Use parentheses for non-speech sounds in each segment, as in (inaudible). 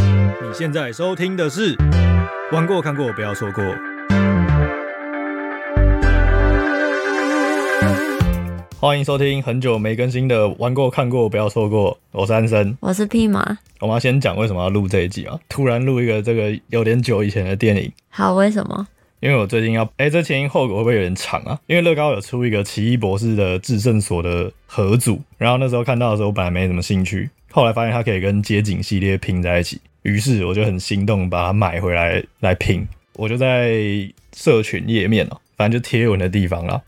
你现在收听的是《玩过看过不要错过》。欢迎收听很久没更新的《玩过看过不要错过》，我是安生。我是屁马。我们要先讲为什么要录这一集啊？突然录一个这个有点久以前的电影，好，为什么？因为我最近要，哎、这前因后果会不会有点长啊？因为乐高有出一个奇异博士的制胜所的合组，然后那时候看到的时候，我本来没什么兴趣，后来发现它可以跟街景系列拼在一起，于是我就很心动，把它买回来来拼。我就在社群页面哦、反正就贴文的地方啦，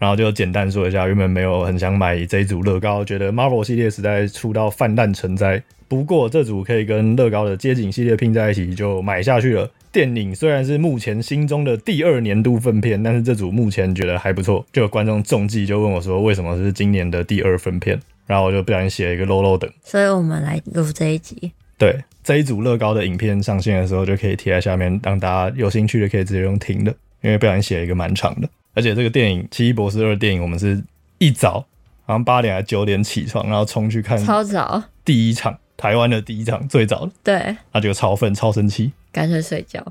然后就简单说一下，原本没有很想买这一组乐高，觉得 Marvel 系列实在出到泛滥成灾。不过这组可以跟乐高的街景系列拼在一起，就买下去了。电影虽然是目前心中的第二年度分片，但是这组目前觉得还不错。就有观众中计就问我说，为什么是今年的第二分片？然后我就不小心写了一个漏漏等。所以我们来录这一集。对，这一组乐高的影片上线的时候就可以贴在下面，让大家有兴趣的可以直接用听的，因为不然写一个蛮长的。而且这个电影《奇异博士二》电影，我们是一早好像八点还九点起床，然后冲去看超早，第一场台湾的第一场最早的，对，他就超愤超生气， (laughs) 干脆睡 (coughs) 觉，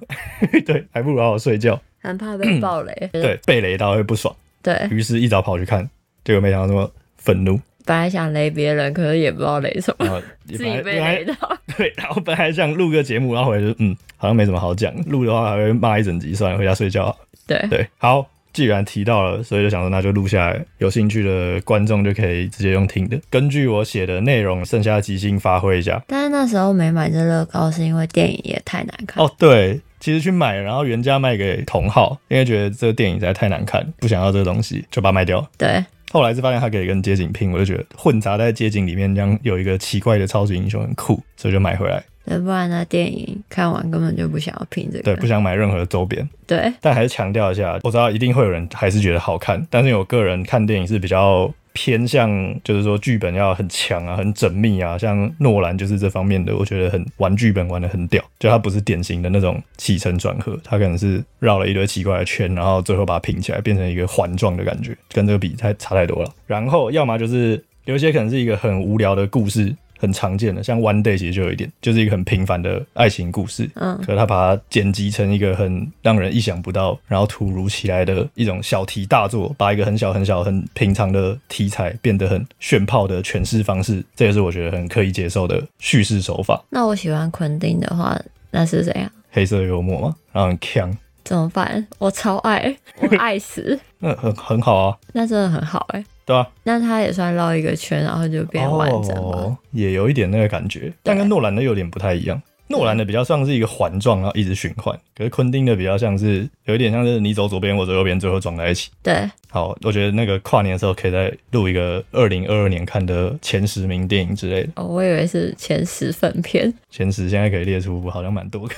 对，还不如好好睡觉，很怕被暴雷。对，被雷到会不爽，对，于是一早跑去看，结果没想到这么愤怒，本来想雷别人，可是也不知道雷什么， (laughs) 然后也自本来己被本来雷到。 (laughs) 对，然后本来想录个节目，然后回来就嗯，好像没什么好讲，录的话还会骂一整集，算了，回家睡觉好了。对，对，好，既然提到了，所以就想说那就录下来，有兴趣的观众就可以直接用听的，根据我写的内容，剩下的即兴发挥一下。但是那时候没买这乐高，是因为电影也太难看。哦，对，其实去买，然后原价卖给同号，因为觉得这个电影实在太难看，不想要这个东西，就把它卖掉。对，后来是发现它可以跟街景拼，我就觉得混杂在街景里面，这样有一个奇怪的超级英雄很酷，所以就买回来。对，不然那电影看完根本就不想要拼这对，个不。想买任何周边。对，但还是强调一下，我知道一定会有人还是觉得好看，但是我个人看电影是比较偏向，就是说剧本要很强啊，很缜密啊，像诺兰就是这方面的，我觉得很玩剧本玩的很啊屌，就他不是典型的那种起承转合，他可能是绕了一堆奇怪的圈，然后最后把它拼起来变成一个环状的感觉，跟这个比太差太多了。然后要么就是有一些可能是一个很无聊的故事。很常见的，像《One Day》其实就有一点，就是一个很平凡的爱情故事，嗯，可他把它剪辑成一个很让人意想不到，然后突如其来的一种小题大做，把一个很小很小很平常的题材变得很炫炮的诠释方式，这也是我觉得很可以接受的叙事手法。那我喜欢昆汀的话，那是怎样？黑色幽默嘛，然后很强，怎么办？我超爱，我 (laughs) 爱死，那很很好啊，那真的很好哎、对吧、那他也算绕一个圈，然后就变完整啊了。哦，也有一点那个感觉，但跟诺兰的有点不太一样。诺兰的比较像是一个环状，然后一直循环，可是昆汀的比较像是有一点像是你走左边，我走右边，最后撞在一起。对，好，我觉得那个跨年的时候可以再录一个二零二二年看的前十名电影之类的。哦，我以为是前十分片。前十现在可以列出好像蛮多个。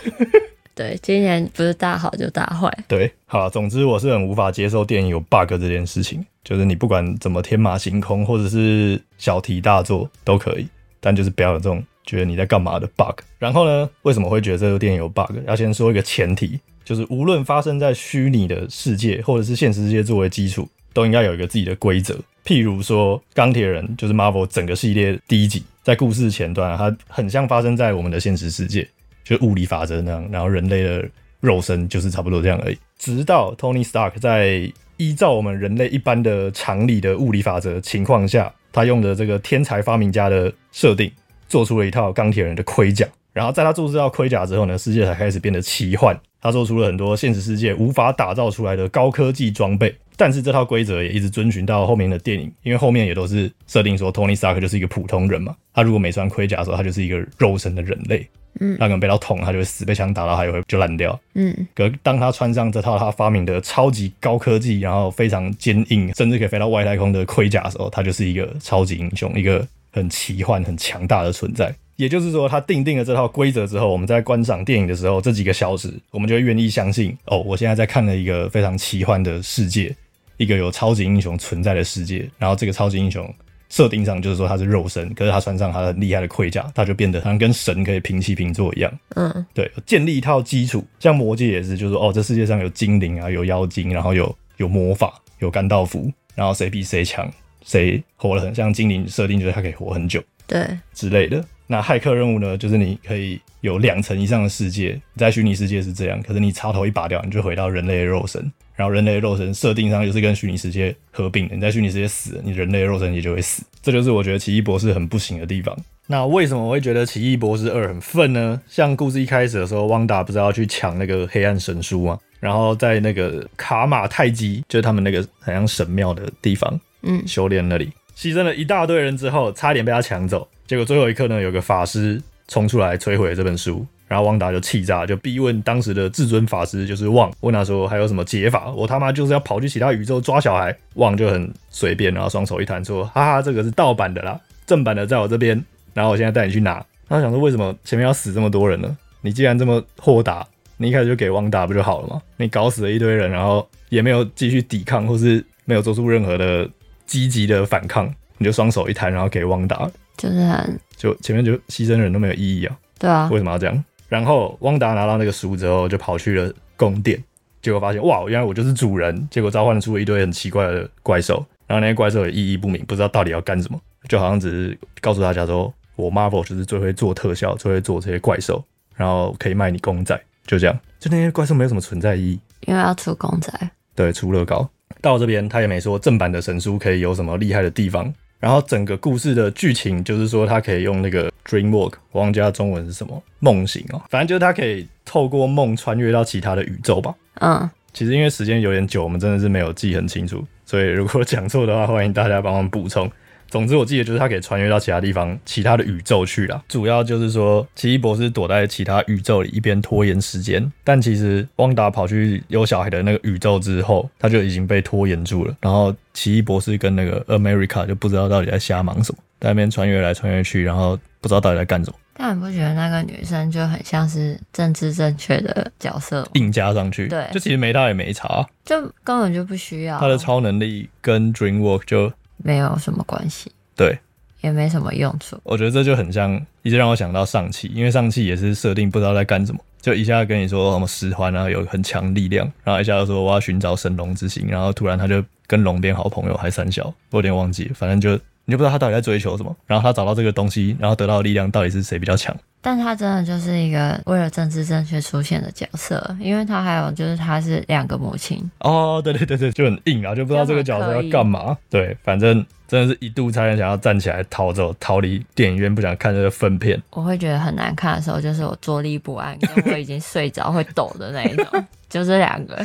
对，今年不是大好就大坏。对，好啦，总之我是很无法接受电影有 bug 这件事情，就是你不管怎么天马行空或者是小题大做都可以，但就是不要有这种觉得你在干嘛的 bug。然后呢，为什么会觉得这部电影有 bug？要先说一个前提，就是无论发生在虚拟的世界或者是现实世界作为基础，都应该有一个自己的规则。譬如说，钢铁人就是 Marvel 整个系列第一集，在故事前端啊、它很像发生在我们的现实世界，就是物理法则那样，然后人类的肉身就是差不多这样而已。直到 Tony Stark 在依照我们人类一般的常理的物理法则情况下，他用的这个天才发明家的设定，做出了一套钢铁人的盔甲。然后在他做这套盔甲之后呢，世界才开始变得奇幻。他做出了很多现实世界无法打造出来的高科技装备，但是这套规则也一直遵循到后面的电影，因为后面也都是设定说 Tony Stark 就是一个普通人嘛，他如果没穿盔甲的时候，他就是一个肉身的人类，嗯他可能被刀捅，他就会死；被枪打到，他也会就烂掉。嗯，可当他穿上这套他发明的超级高科技，然后非常坚硬，甚至可以飞到外太空的盔甲的时候，他就是一个超级英雄，一个很奇幻、很强大的存在。也就是说，他定定了这套规则之后，我们在观赏电影的时候，这几个小时，我们就会愿意相信，哦，我现在在看了一个非常奇幻的世界，一个有超级英雄存在的世界。然后这个超级英雄设定上就是说他是肉身，可是他穿上他很厉害的盔甲，他就变得好像跟神可以平起平坐一样。嗯，对，建立一套基础，像魔界也是，就是说哦，这世界上有精灵啊，有妖精，然后有有魔法，有甘道夫，然后谁比谁强，谁活得很像精灵设定，就是他可以活很久对，之类的。那骇客任务呢，就是你可以有两层以上的世界，在虚拟世界是这样，可是你插头一拔掉，你就回到人类的肉身，然后人类的肉身设定上就是跟虚拟世界合并的，你在虚拟世界死了，你人类的肉身也就会死。这就是我觉得奇异博士很不行的地方。那为什么我会觉得《奇异博士二》很愤呢？像故事一开始的时候，汪达不是要去抢那个黑暗神书吗？然后在那个卡马泰基，就是他们那个好像神庙的地方，嗯修炼那里，牺牲了一大堆人之后，差点被他抢走。结果最后一刻呢，有个法师冲出来摧毁了这本书，然后汪达就气炸，就逼问当时的至尊法师，就是旺，问他说还有什么解法？我他妈就是要跑去其他宇宙抓小孩。旺就很随便，然后双手一摊说：“哈哈，这个是盗版的啦，正版的在我这边，然后我现在带你去拿。”然后想说为什么前面要死这么多人呢？你既然这么豁达，你一开始就给汪达不就好了吗？你搞死了一堆人，然后也没有继续抵抗，或是没有做出任何的积极的反抗，你就双手一摊，然后给汪达，就是很就前面就牺牲人都没有意义啊，对啊为，什么要这样？然后汪达拿到那个书之后，就跑去了宫殿，结果发现哇，原来我就是主人，结果召唤出一堆很奇怪的怪兽，然后那些怪兽也意义不明，不知道到底要干什么，就好像只是告诉大家说，我 Marvel 就是最会做特效，最会做这些怪兽，然后可以卖你公仔，就这样，就那些怪兽没有什么存在意义。因为要出公仔，对，出乐高。到这边他也没说正版的神书可以有什么厉害的地方。然后整个故事的剧情就是说，他可以用那个 dreamwalk，我忘记它中文是什么，梦醒哦，反正就是他可以透过梦穿越到其他的宇宙吧。嗯，其实因为时间有点久，我们真的是没有记很清楚，所以如果讲错的话，欢迎大家帮忙补充。总之，我记得就是他可以穿越到其他地方、其他的宇宙去了。主要就是说，奇异博士躲在其他宇宙里，一边拖延时间。但其实，汪达跑去有小孩的那个宇宙之后，他就已经被拖延住了。然后，奇异博士跟那个 America 就不知道到底在瞎忙什么，在那边穿越来穿越去，然后不知道到底在干什么，但你不觉得那个女生就很像是政治正确的角色吗？硬加上去。对就其实没他也没查，就根本就不需要，啊他的超能力跟 DreamWork 就没有什么关系，对。也没什么用处。我觉得这就很像，一直让我想到上汽，因为上汽也是设定不知道在干什么，就一下跟你说什么十环啊有很强力量，然后一下又说我要寻找神龙之心，然后突然他就跟龙变好朋友还三小，我有点忘记了，反正就你就不知道他到底在追求什么，然后他找到这个东西，然后得到的力量到底是谁比较强，但他真的就是一个为了政治正确出现的角色，因为他还有就是他是两个母亲，哦，对对对对，就很硬啊，就不知道这个角色要干嘛。对，反正真的是一度差点想要站起来逃走，逃离电影院，不想看这个粪片。我会觉得很难看的时候，就是我坐立不 (laughs) 安，跟我已经睡着会抖的那一种， (laughs) 就这两个，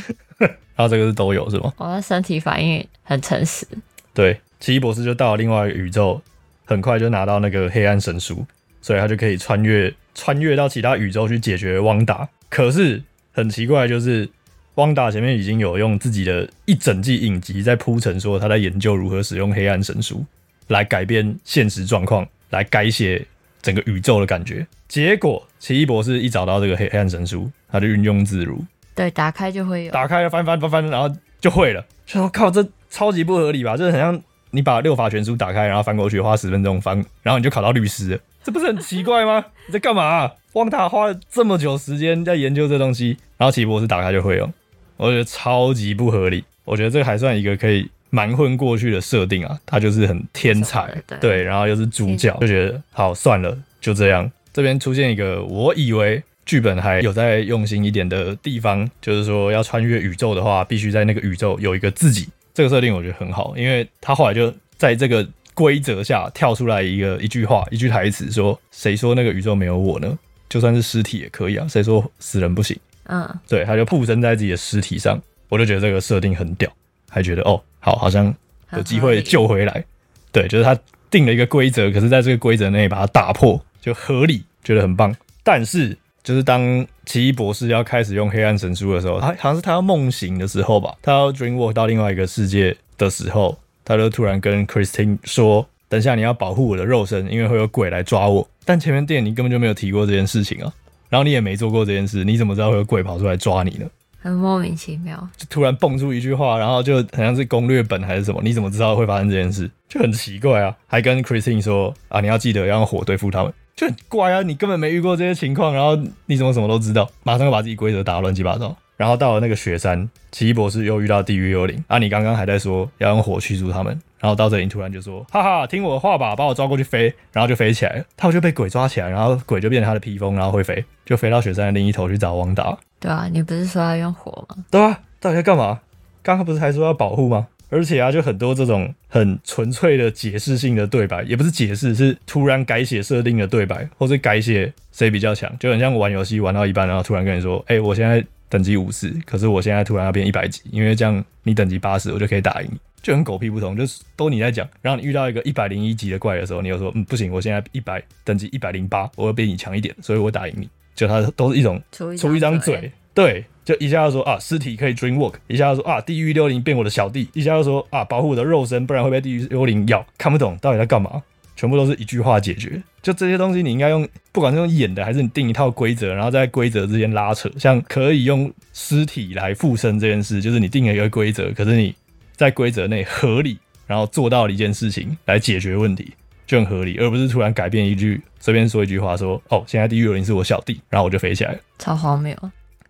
然后这个是都有是吗？我的身体反应很诚实。对，奇异博士就到了另外一个宇宙，很快就拿到那个黑暗神书，所以他就可以穿越穿越到其他宇宙去解决汪达。可是很奇怪，就是汪达前面已经有用自己的一整季影集在铺陈，说他在研究如何使用黑暗神书来改变现实状况，来改写整个宇宙的感觉。结果奇异博士一找到这个黑暗神书，他就运用自如，对，打开就会有，打开了翻翻翻翻，然后就会了。就说靠，这超级不合理吧？这很像你把六法全书打开，然后翻过去，花十分钟翻，然后你就考到律师了，这不是很奇怪吗？ (laughs) 你在干嘛、汪达花了这么久时间在研究这东西，然后奇异博士打开就会用，我觉得超级不合理。我觉得这还算一个可以蛮混过去的设定啊，他就是很天才天才，对对，然后又是主角，就觉得好算了，就这样。这边出现一个我以为剧本还有在用心一点的地方，就是说要穿越宇宙的话，必须在那个宇宙有一个自己。这个设定我觉得很好，因为他后来就在这个规则下跳出来一个一句话一句台词说：“谁说那个宇宙没有我呢？就算是尸体也可以啊，谁说死人不行？”嗯，对，他就附身在自己的尸体上，我就觉得这个设定很屌，还觉得哦，好，好像有机会救回来。对，就是他定了一个规则，可是在这个规则内把它打破，就合理，觉得很棒。但是，就是当奇异博士要开始用黑暗神书的时候，他好像是他要梦醒的时候吧，他要 dream walk 到另外一个世界的时候，他就突然跟 Christine 说：“等一下你要保护我的肉身，因为会有鬼来抓我。”但前面电影根本就没有提过这件事情啊，然后你也没做过这件事，你怎么知道会有鬼跑出来抓你呢？很莫名其妙。就突然蹦出一句话，然后就很像是攻略本还是什么，你怎么知道会发生这件事？就很奇怪啊！还跟 Christine 说啊，你要记得要用火对付他们，就很怪啊！你根本没遇过这些情况，然后你怎么什么都知道？马上就把自己规则打得乱七八糟。然后到了那个雪山，奇异博士又遇到地狱幽灵啊！你刚刚还在说要用火驱逐他们，然后到这里突然就说：“哈哈，听我的话吧，把我抓过去飞。”然后就飞起来了，他就被鬼抓起来，然后鬼就变成他的披风，然后会飞，就飞到雪山的另一头去找汪达。对啊，你不是说要用火吗？对啊，到底在干嘛？刚刚不是还说要保护吗？而且啊，就很多这种很纯粹的解释性的对白，也不是解释，是突然改写设定的对白，或是改写谁比较强，就很像玩游戏玩到一半，然后突然跟你说：“哎、我现在等级五十，可是我现在突然要变一百级，因为这样你等级八十，我就可以打赢你。”就很狗屁不通，就是都你在讲。然后你遇到一个一百零一级的怪的时候，你又说：“嗯，不行，我现在一百等级一百零八，我要比你强一点，所以我打赢你。”就它都是一种出一出一张嘴，，对，就一下就说啊，尸体可以 dream walk，一下就说啊，地狱幽灵变我的小弟，一下就说啊，保护我的肉身，不然会被地狱幽灵咬。看不懂到底在干嘛，全部都是一句话解决。就这些东西，你应该用，不管是用演的，还是你定一套规则，然后在规则之间拉扯。像可以用尸体来附身这件事，就是你定了一个规则，可是你在规则内合理，然后做到了一件事情来解决问题，就很合理，而不是突然改变一句，随便说一句话说，哦，现在地狱幽灵是我小弟，然后我就飞起来了。超荒谬。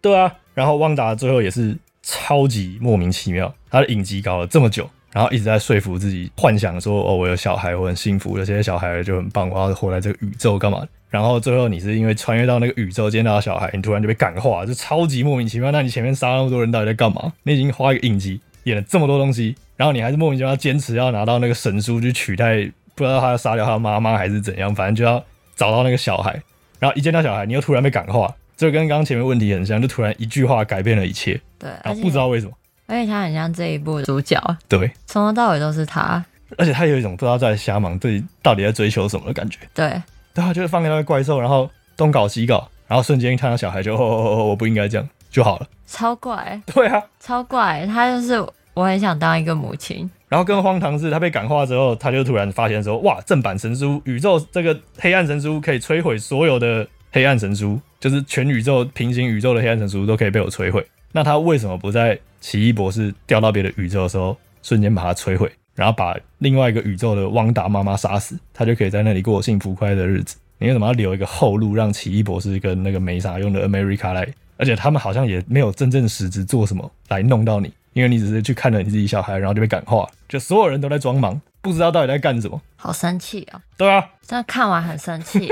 对啊，然后旺达最后也是超级莫名其妙，他的影集搞了这么久，然后一直在说服自己，幻想说哦，我有小孩，我很幸福，有些小孩就很棒，我要活在这个宇宙干嘛？然后最后你是因为穿越到那个宇宙见到小孩，你突然就被感化，就超级莫名其妙。那你前面杀那么多人到底在干嘛？你已经花一个影集演了这么多东西，然后你还是莫名其妙坚持要拿到那个神书去取代，不知道他要杀掉他妈妈还是怎样，反正就要找到那个小孩。然后一见到小孩，你又突然被感化，这跟刚刚前面问题很像，就突然一句话改变了一切，对，然而后且啊不知道为什么。而且他很像这一部的主角，对，从头到尾都是他。而且他有一种不知道在瞎忙，对到底在追求什么的感觉。对，对啊，就是放那个怪兽，然后东搞西搞，然后瞬间看到小孩就哦哦哦，我不应该这样就好了。超怪，对啊，超怪。他就是我很想当一个母亲，然后更荒唐是，他被感化之后，他就突然发现说，哇，正版神书，宇宙这个黑暗神书可以摧毁所有的黑暗神书，就是全宇宙平行宇宙的黑暗神书都可以被我摧毁。那他为什么不在奇异博士掉到别的宇宙的时候，瞬间把它摧毁，然后把另外一个宇宙的汪达妈妈杀死，他就可以在那里过幸福快乐的日子？你为什么要留一个后路，让奇异博士跟那个没啥用的 America 来？而且他们好像也没有真正实质做什么来弄到你，因为你只是去看了你自己小孩，然后就被感化了，就所有人都在装忙，不知道到底在干什么。好生气哦！对啊， (laughs) 真的看完很生气。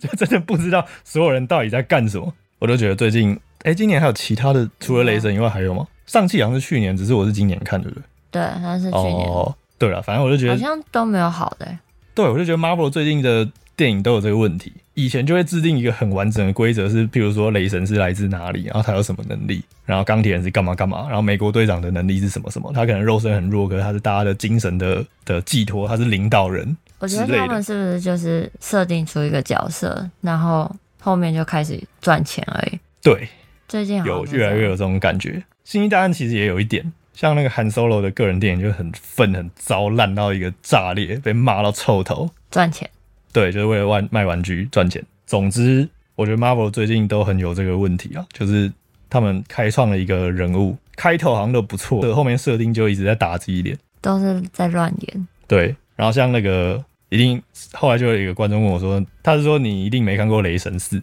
就真的不知道所有人到底在干什么。我都觉得最近，哎、今年还有其他的，除了雷神以外还有吗？上汽好像是去年，只是我是今年看，对不对？对，那是去年，哦，对了，反正我就觉好得像都没有好的、对，我就觉得 Marvel 最近的电影都有这个问题。以前就会制定一个很完整的规则，是譬如说雷神是来自哪里，然后他有什么能力，然后钢铁人是干嘛干嘛，然后美国队长的能力是什么什么，他可能肉身很弱，可是他是大家的精神的的寄托，他是领导人。我觉得之类的他们是不是就是设定出一个角色，然后后面就开始赚钱而已？对，最嗯近好像有都越来这越有样这种感觉。星际大战其实也有一点，像那个韩 Solo 的个人电影就很愤很糟，烂到一个炸裂，被骂到臭头。赚钱，对，就是为了玩卖玩具赚钱。总之，我觉得 Marvel 最近都很有这个问题啊，就是他们开创了一个人物，开头好像都不错，后面设定就一直在打自己脸。都是在乱演。对，然后像那个一定后来就有一个观众问我说，他是说你一定没看过《雷神四》，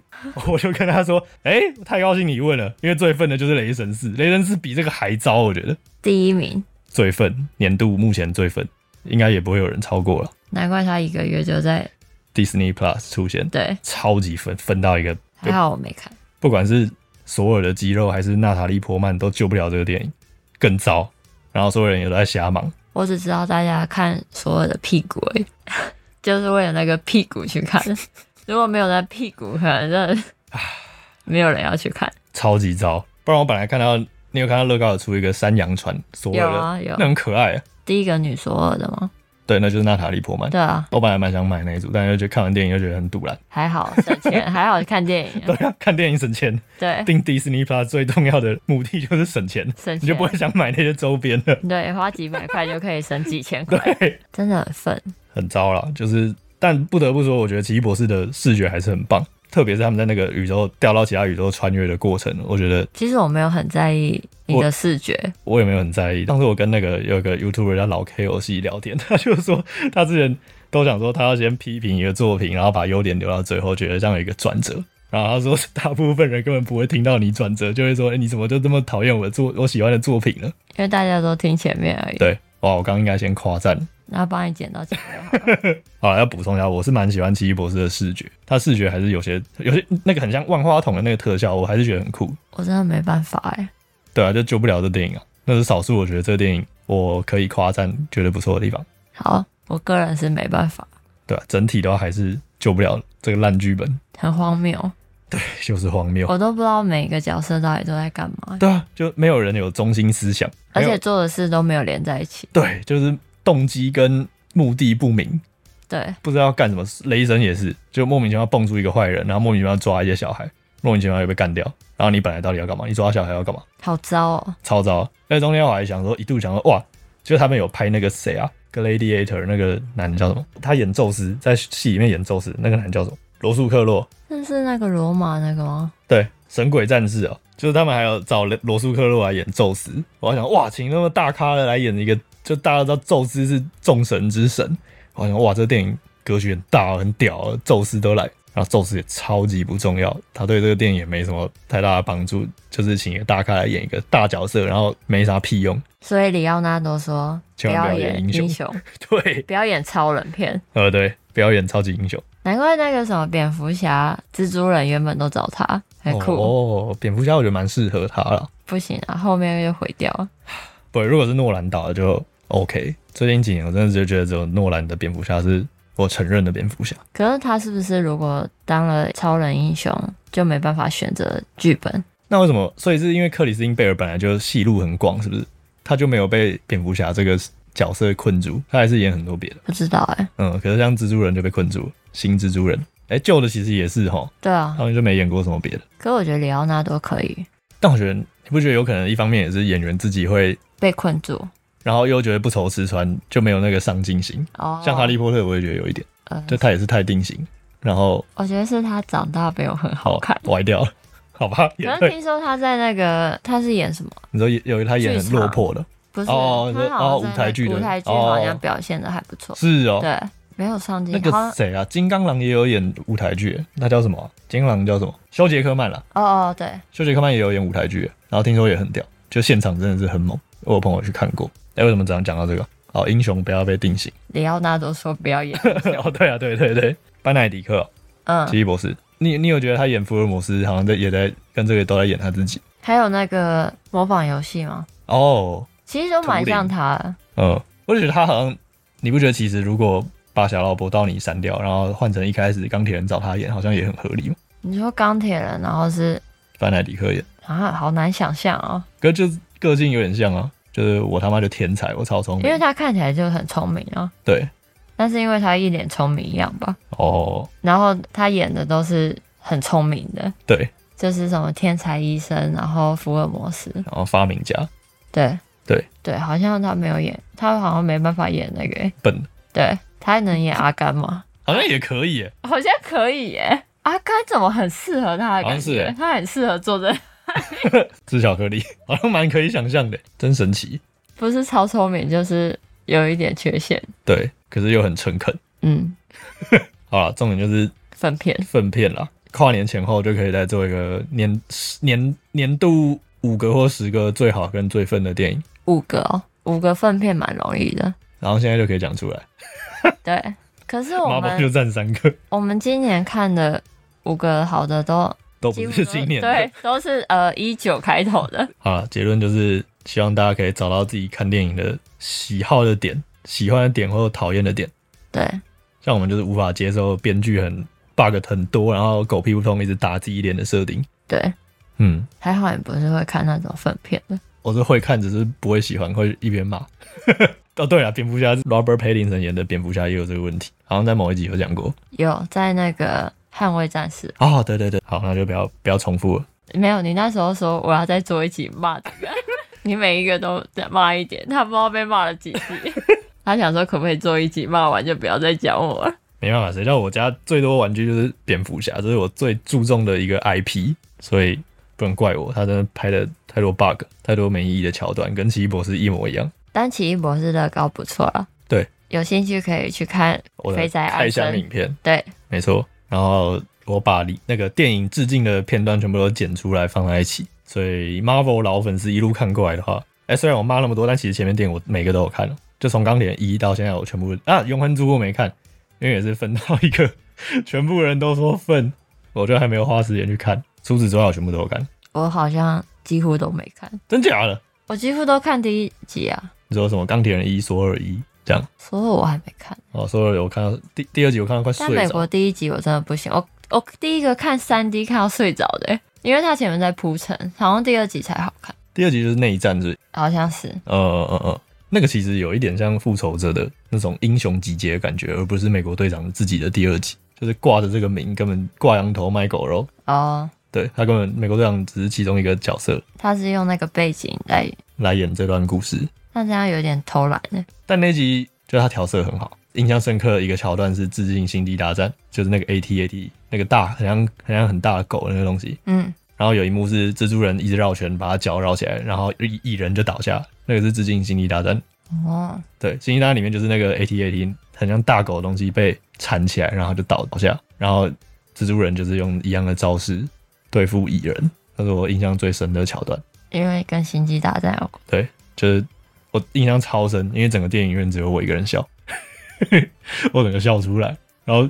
(laughs) 我就跟他说，哎、太高兴你问了，因为最愤的就是《雷神四》，《雷神四》比这个还糟，我觉得第一名，最愤，年度目前最愤，应该也不会有人超过了。难怪他一个月就在 Disney Plus 出现，对，超级分分到一个还好我没看。不管是索尔的肌肉还是娜塔莉波曼都救不了这个电影，更糟。然后所有人也都在瞎忙，我只知道大家看所有的屁股而已， (laughs) 就是为了那个屁股 (laughs) 去看。如果没有那屁股，可能真的没有人要去看。超级糟。不然我本来看到你有看到乐高有出一个山羊船索有尔的，啊有那，很可爱、啊。第一个女索尔的吗？对，那就是娜塔莉波曼。对啊，我本来蛮想买那一组，但是就觉得看完电影就觉得很堵然。还好省 (laughs) 钱，还好看电影对啊。啊，看电影省钱，对，订 Disney Plus 最重要的目的就是省钱，省你就钱不。会想买那些周边了。对，花几百块就可以省几千块，对，真的很愤。很糟啦，就是，但不得不说，我觉得奇异博士的视觉还是很棒，特别是他们在那个宇宙掉到其他宇宙穿越的过程，我觉得其实我没有很在意你的视觉，我也没有很在意。上次我跟那个有一个 YouTuber 叫老 K 游戏聊天， (laughs) 他就说他之前都想说他要先批评一个作品，然后把优点留到最后，觉得这样有一个转折。然后他说，大部分人根本不会听到你转折，就会说：“哎、你怎么就这么讨厌我的作我喜欢的作品呢因为大家都听前面而已。对，哇，我刚刚应该先夸赞，然后帮你捡到钱就好了。啊，要补充一下，我是蛮喜欢奇异博士的视觉，它视觉还是有些有些那个很像万花筒的那个特效，我还是觉得很酷。 (laughs) 我真的没办法哎、对啊，就救不了这电影啊，那是少数我觉得这电影我可以夸赞觉得不错的地方。好，我个人是没办法，对啊，整体的话还是救不了这个烂剧本，很荒谬，就是荒谬。我都不知道每个角色到底都在干嘛，对啊，就没有人有中心思想，而没且有做的事都没有连在一起。对，就是动机跟目的不明，对，不知道干什么。雷神也是，就莫名其妙蹦出一个坏人，然后莫名其妙抓一些小孩，莫名其妙又被干掉。然后你本来到底要干嘛？你抓小孩要干嘛？好糟哦。超糟。那中间我还想说，一度想说，哇，就是他们有拍那个谁啊，Gladiator 那个男的叫什么？他演宙斯，在戏里面演宙斯那个男的叫什么？罗素克洛，那是那个罗马那个吗？对，神鬼战士哦，就是他们还有找雷罗素克洛来演宙斯。我还想，哇，请那么大咖的来演一个，就大家都知道宙斯是众神之神。我还想，哇，这电影格局很大哦，很屌哦，宙斯都来。然后宙斯也超级不重要，他对这个电影也没什么太大的帮助，就是请一个大咖来演一个大角色，然后没啥屁用。所以里奥纳多说不千万要不要演演英雄英雄， (laughs) 对，不要演超人片。呃，对，表演超级英雄，难怪那个什么蝙蝠侠、蜘蛛人原本都找他，很酷。哦。蝙蝠侠我觉得蛮适合他了。不行啊，后面又毁掉了。对，如果是诺兰导的就 OK。最近几年我真的就觉得只有诺兰的蝙蝠侠是我承认的蝙蝠侠。可是他是不是如果当了超人英雄，就没办法选择剧本？那为什么？所以是因为克里斯汀贝尔本来就戏路很广，是不是？他就没有被蝙蝠侠这个角色困住，他还是演很多别的。不知道哎、嗯，可是像蜘蛛人就被困住了，新蜘蛛人，哎、旧的其实也是哈，对啊他，们就没演过什么别的。可我觉得里奥纳多可以但我觉得你不觉得有可能一方面也是演员自己会，被困住然后又觉得不愁吃穿，就没有那个上进心。哦。像哈利波特，我也觉得有一点，呃，就他也是太定型，然后我觉得是他长大没有很好看。歪掉了，好吧？也可是对，听说他在那个他是演什么？你说有有一他演很落魄的，不是，哦他你说好哦像在那舞台剧的舞台剧哦好像表现的还不错。是哦，对，没有上进那。好个像谁啊，金刚狼也有演舞台剧，那叫什么啊、金刚狼叫什么？修杰克曼啦，哦哦，对，修杰克曼也有演舞台剧，然后听说也很屌，就现场真的是很猛，我有朋友去看过。哎、为什么这样讲到这个？哦，英雄不要被定 (laughs) 型。里奥纳多说不 (laughs) 要演。哦，对啊，对对对，班奈迪克哦、嗯，奇异博士，你你有觉得他演福尔摩斯好像在也在跟这个都在演他自己？还有那个模仿游戏吗？哦，其实就蛮像他的。嗯，我就觉得他好像，你不觉得其实如果把小老婆到你删掉，然后换成一开始钢铁人找他演，好像也很合理吗？你说钢铁人，然后是范奈迪克演，啊，好难想象哦，可是就是个性有点像啊，就是我他妈就天才，我超聪因明为，他看起来就很聪明啊，对，但是因为他一脸聪明一样吧，哦，然后他演的都是很聪明的，对，就是什么天才医生，然后福尔摩斯，然后发明家对对对，好像他没有演，他好像没办法演那个欸，笨，对他能演阿甘吗？好像也可以耶，好像可以耶，阿甘怎么很适合他的好像感是觉欸？他很适合做这，吃巧克力，好像蛮可以想象的，真神奇，不是超聪明，就是有一点缺陷，对，可是又很诚恳。嗯，好了，重点就是粪片。粪片啦，跨年前后就可以再做一个年年年度五个或十个最好跟最愤的电影，五个哦，五个粪片蛮容易的。然后现在就可以讲出来，对，可是我妈宝就们占三个，我们今年看的五个好的都都几不乎是都今年的对。，都是呃一九开头的。好了，结论就是希望大家可以找到自己看电影的喜好的点、喜欢的点或讨厌的点。 (laughs) 对，像我们就是无法接受编剧很 bug 很多，然后狗屁不通，一直打自己脸的设定。对，嗯，还好你不是会看那种粪片的。我是会看，只是不会喜欢，会一边骂。 (laughs) 哦，对了，蝙蝠侠 Robert Pattinson 演的蝙蝠侠也有这个问题，好像在某一集有讲过。有在那个《捍卫战士哦，对对对，好，那就不要不要重复了。》没有？你那时候说我要再做一集骂 (laughs) 的，你每一个都骂一点，他不知道被骂了几集。 (laughs) 他想说可不可以做一集骂完就不要再讲我了。没办法，谁叫我家最多玩具就是蝙蝠侠，这是我最注重的一个 IP，所以不能怪我，他真的拍的太多 bug，太多没意义的桥段，跟奇异博士一模一样。但奇异博士乐高不错了，对，有兴趣可以去看我《的肥宅开安生箱》。影片，对，没错。然后我把里那个电影致敬的片段全部都剪出来放在一起，所以 Marvel 老粉丝一路看过来的话，哎、虽然我骂那么多，但其实前面电影我每个都有看哦就从钢铁一到现在我全部啊，永恒族我没看，因为也是分到一个全部人都说分，我就还没有花时间去看。除此之外，我全部都有看，我好像几乎都没看，真假的？我几乎都看第一集啊，你说什么钢铁人一、索尔一这样？所以我还没看。哦，索尔有看到第第二集，我看到快但睡美着国。第一集我真的不行，我我第一个看三 D 看到睡着的、因为它前面在铺陈，好像第二集才好看，第二集就是内战是，好像是。呃呃呃，那个其实有一点像复仇者的那种英雄集结的感觉，而不是美国队长自己的第二集，就是挂着这个名，根本挂羊头卖狗肉。哦，对他根本美国队长只是其中一个角色他是用那个背景来，来演这段故事，那这样有点偷懒呢、但那集就是他调色很好，印象深刻的一个桥段是致敬《星际大战》，就是那个 AT-AT 那个大很像很像很大的狗的那个东西，嗯，然后有一幕是蜘蛛人一直绕圈把他脚绕起来，然后一一人就倒下，那个是致敬《星际大战》。哦，对，《星际大战》里面就是那个 AT-AT 很像大狗的东西被缠起来，然后就倒倒下，然后蜘蛛人就是用一样的招式对付蚁人，那是我印象最深的桥段。因为跟星际大战有关。对，就是我印象超深，因为整个电影院只有我一个人笑， (laughs) 我整个笑出来，然后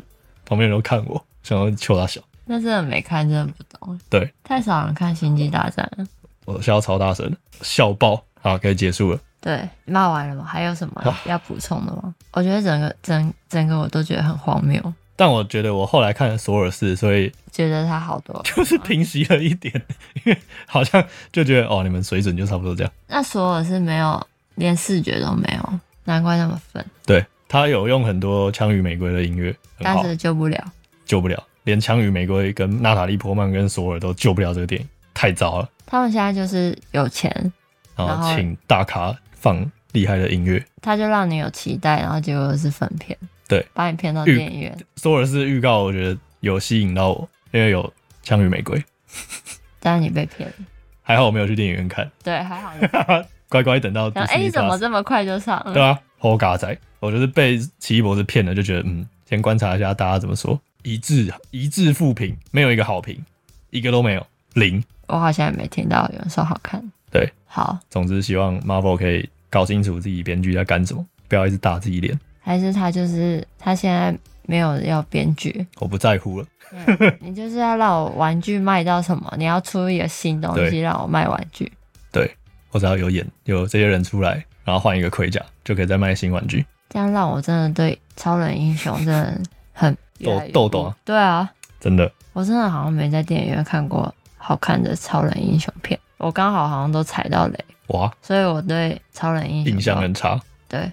旁边人都看我，想要求他笑，那真的没看，真的不懂。对，太少人看星际大战了。我笑超大声，笑爆，好，可以结束了。对，骂完了吗？还有什么哇要补充的吗？我觉得整个整整个我都觉得很荒谬，但我觉得我后来看了索尔四，所以 (laughs) 觉得他好多。就是平息了一点，因为好像就觉得哦，你们水准就差不多这样。那索尔是没有，连视觉都没有，难怪那么粉，对他有用很多枪与玫瑰的音乐，很但好，是救不了。救不了，连枪与玫瑰跟娜塔莉波曼跟索尔都救不了这个电影，太糟了。他们现在就是有钱，然然后后请大咖放厉害的音乐。他就让你有期待，然后结果是粉片，对，把你骗到预电影院，索尔是预告，我觉得有吸引到我，因为有枪与玫瑰。但是你被骗了。还好我没有去电影院看，对，(laughs) 还好你。乖乖等到迪然后士哎，尼怎么 Plus。这么快就上了？对啊，好嘎仔，我就是被奇异博士骗了，就觉得嗯，先观察一下大家怎么说，一致一致负评，没有一个好评，一个都没有，零。我好像也没听到有人说好看。对，好，总之，希望 Marvel 可以搞清楚自己编剧在干什么，不要一直打自己脸。还是他就是他现在没有要编剧，我不在乎了，对你就是要让我玩具卖到什么？你要出一个新东西对让我卖玩具。对我只要有演有这些人出来，然后换一个盔甲，就可以再卖新玩具。这样让我真的对超人英雄真的很豆越来越豆豆啊对啊，真的，我真的好像没在电影院看过好看的超人英雄片，我刚好好像都踩到雷，哇，所以我对超人英雄印象都很差。对，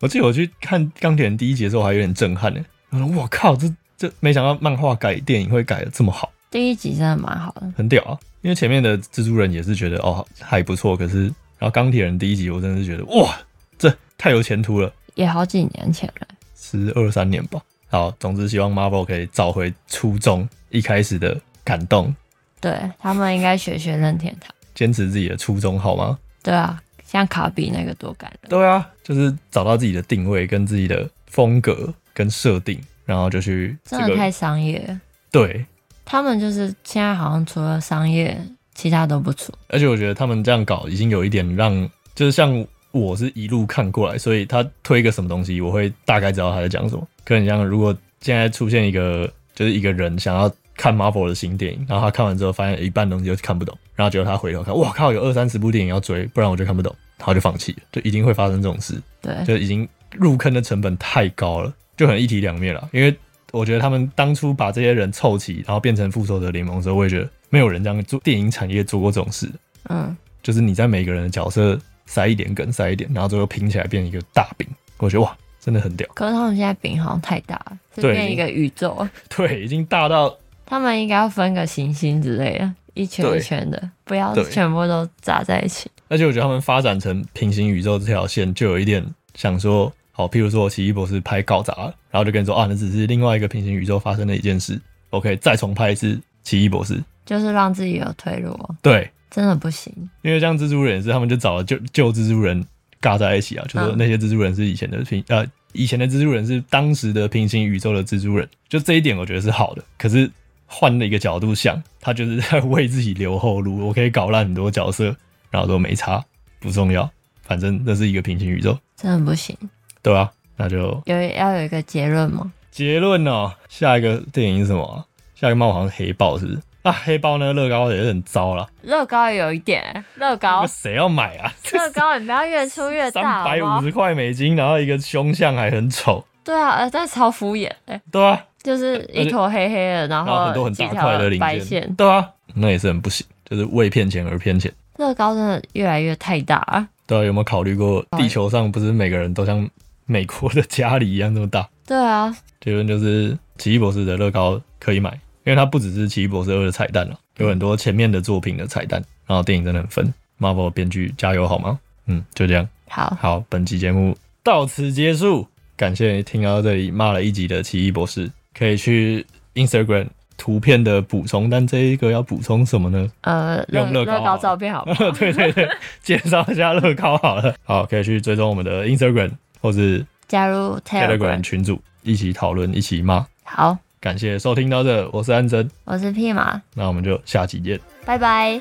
我记得我去看钢铁人第一集的时候，还有点震撼呢。我说：“我靠，这这没想到漫画改电影会改的这么好，第一集真的蛮好的，很屌啊！”因为前面的蜘蛛人也是觉得哦还不错，可是然后钢铁人第一集我真的是觉得哇，这太有前途了，也好几年前了。十二三年吧。好，总之希望 Marvel 可以找回初衷，一开始的感动，对他们应该学学任天堂。坚持自己的初衷，好吗？对啊，像卡比那个多感人。对啊，就是找到自己的定位跟自己的风格跟设定，然后就去这真的太个商业了。对他们就是现在好像除了商业，其他都不出。而且我觉得他们这样搞已经有一点让，就是像我是一路看过来，所以他推一个什么东西，我会大概知道他在讲什么。可能像如果现在出现一个，就是一个人想要看 Marvel 的新电影，然后他看完之后发现哎一半东西就看不懂，然后结果他回头看，哇靠，有二三十部电影要追，不然我就看不懂，然后就放弃了，就一定会发生这种事，对，就已经入坑的成本太高了，就很一体两面了。因为我觉得他们当初把这些人凑齐，然后变成复仇者联盟的时候，我也觉得没有人这样做，电影产业做过这种事。嗯，就是你在每个人的角色塞一点梗，塞一点，然后最后拼起来变一个大饼。我觉得哇，真的很屌。 (laughs) 可是他们现在饼好像太大了，是对变一个宇宙。对，已经大到他们应该要分个行星之类的，一圈对一圈的，不要对全部都砸在一起。而且我觉得他们发展成平行宇宙这条线，就有一点想说，好，譬如说奇异博士拍搞砸了，然后就跟你说啊，那只是另外一个平行宇宙发生的一件事，OK，再重拍一次奇异博士。就是让自己有退路哦，对，真的不行。因为像蜘蛛人也是，他们就找了旧旧蜘蛛人尬在一起啊，就说嗯那些蜘蛛人是以前的平呃，以前的蜘蛛人是当时的平行宇宙的蜘蛛人，就这一点我觉得是好的。可是换了一个角度想，他就是在为自己留后路，我可以搞烂很多角色，然后都没差，不重要。反正那是一个平行宇宙，真的不行。对吧、那就有要有一个结论吗？结论哦，下一个电影是什么啊、下一个漫画好像是黑豹，是不是？啊，黑豹呢，乐高也是很糟啦，乐高也有一点、 (laughs) 乐那高，谁要买啊？ (laughs) 乐高你不要越出越三大好百不好五十块美金，然后一个胸像还很丑，对啊，呃但超敷衍哎、对啊，就是一坨黑黑的，然然后后很多很几大条块的零白件，线。对啊，那也是很不行，就是为骗钱而骗钱。乐高真的越来越太大了。对啊，有没有考虑过哎地球上不是每个人都像美国的家里一样这么大？对啊，结论就是奇异博士的乐高可以买，因为它不只是奇异博士二的彩蛋了，有很多前面的作品的彩蛋。然后电影真的很分，Marvel 编剧加油好吗？嗯，就这样。好，好，本期节目到此结束，感谢你听到这里骂了一集的奇异博士，可以去 Instagram 图片的补充，但这一个要补充什么呢？呃，乐用乐高好了高照片好吗？对对对，介绍一下乐高好了。好，可以去追踪我们的 Instagram 或是加入 Telegram Telegram。群组，一起讨论，一起骂。好，感谢收听到这，我是安真，我是屁马，那我们就下期见。拜拜。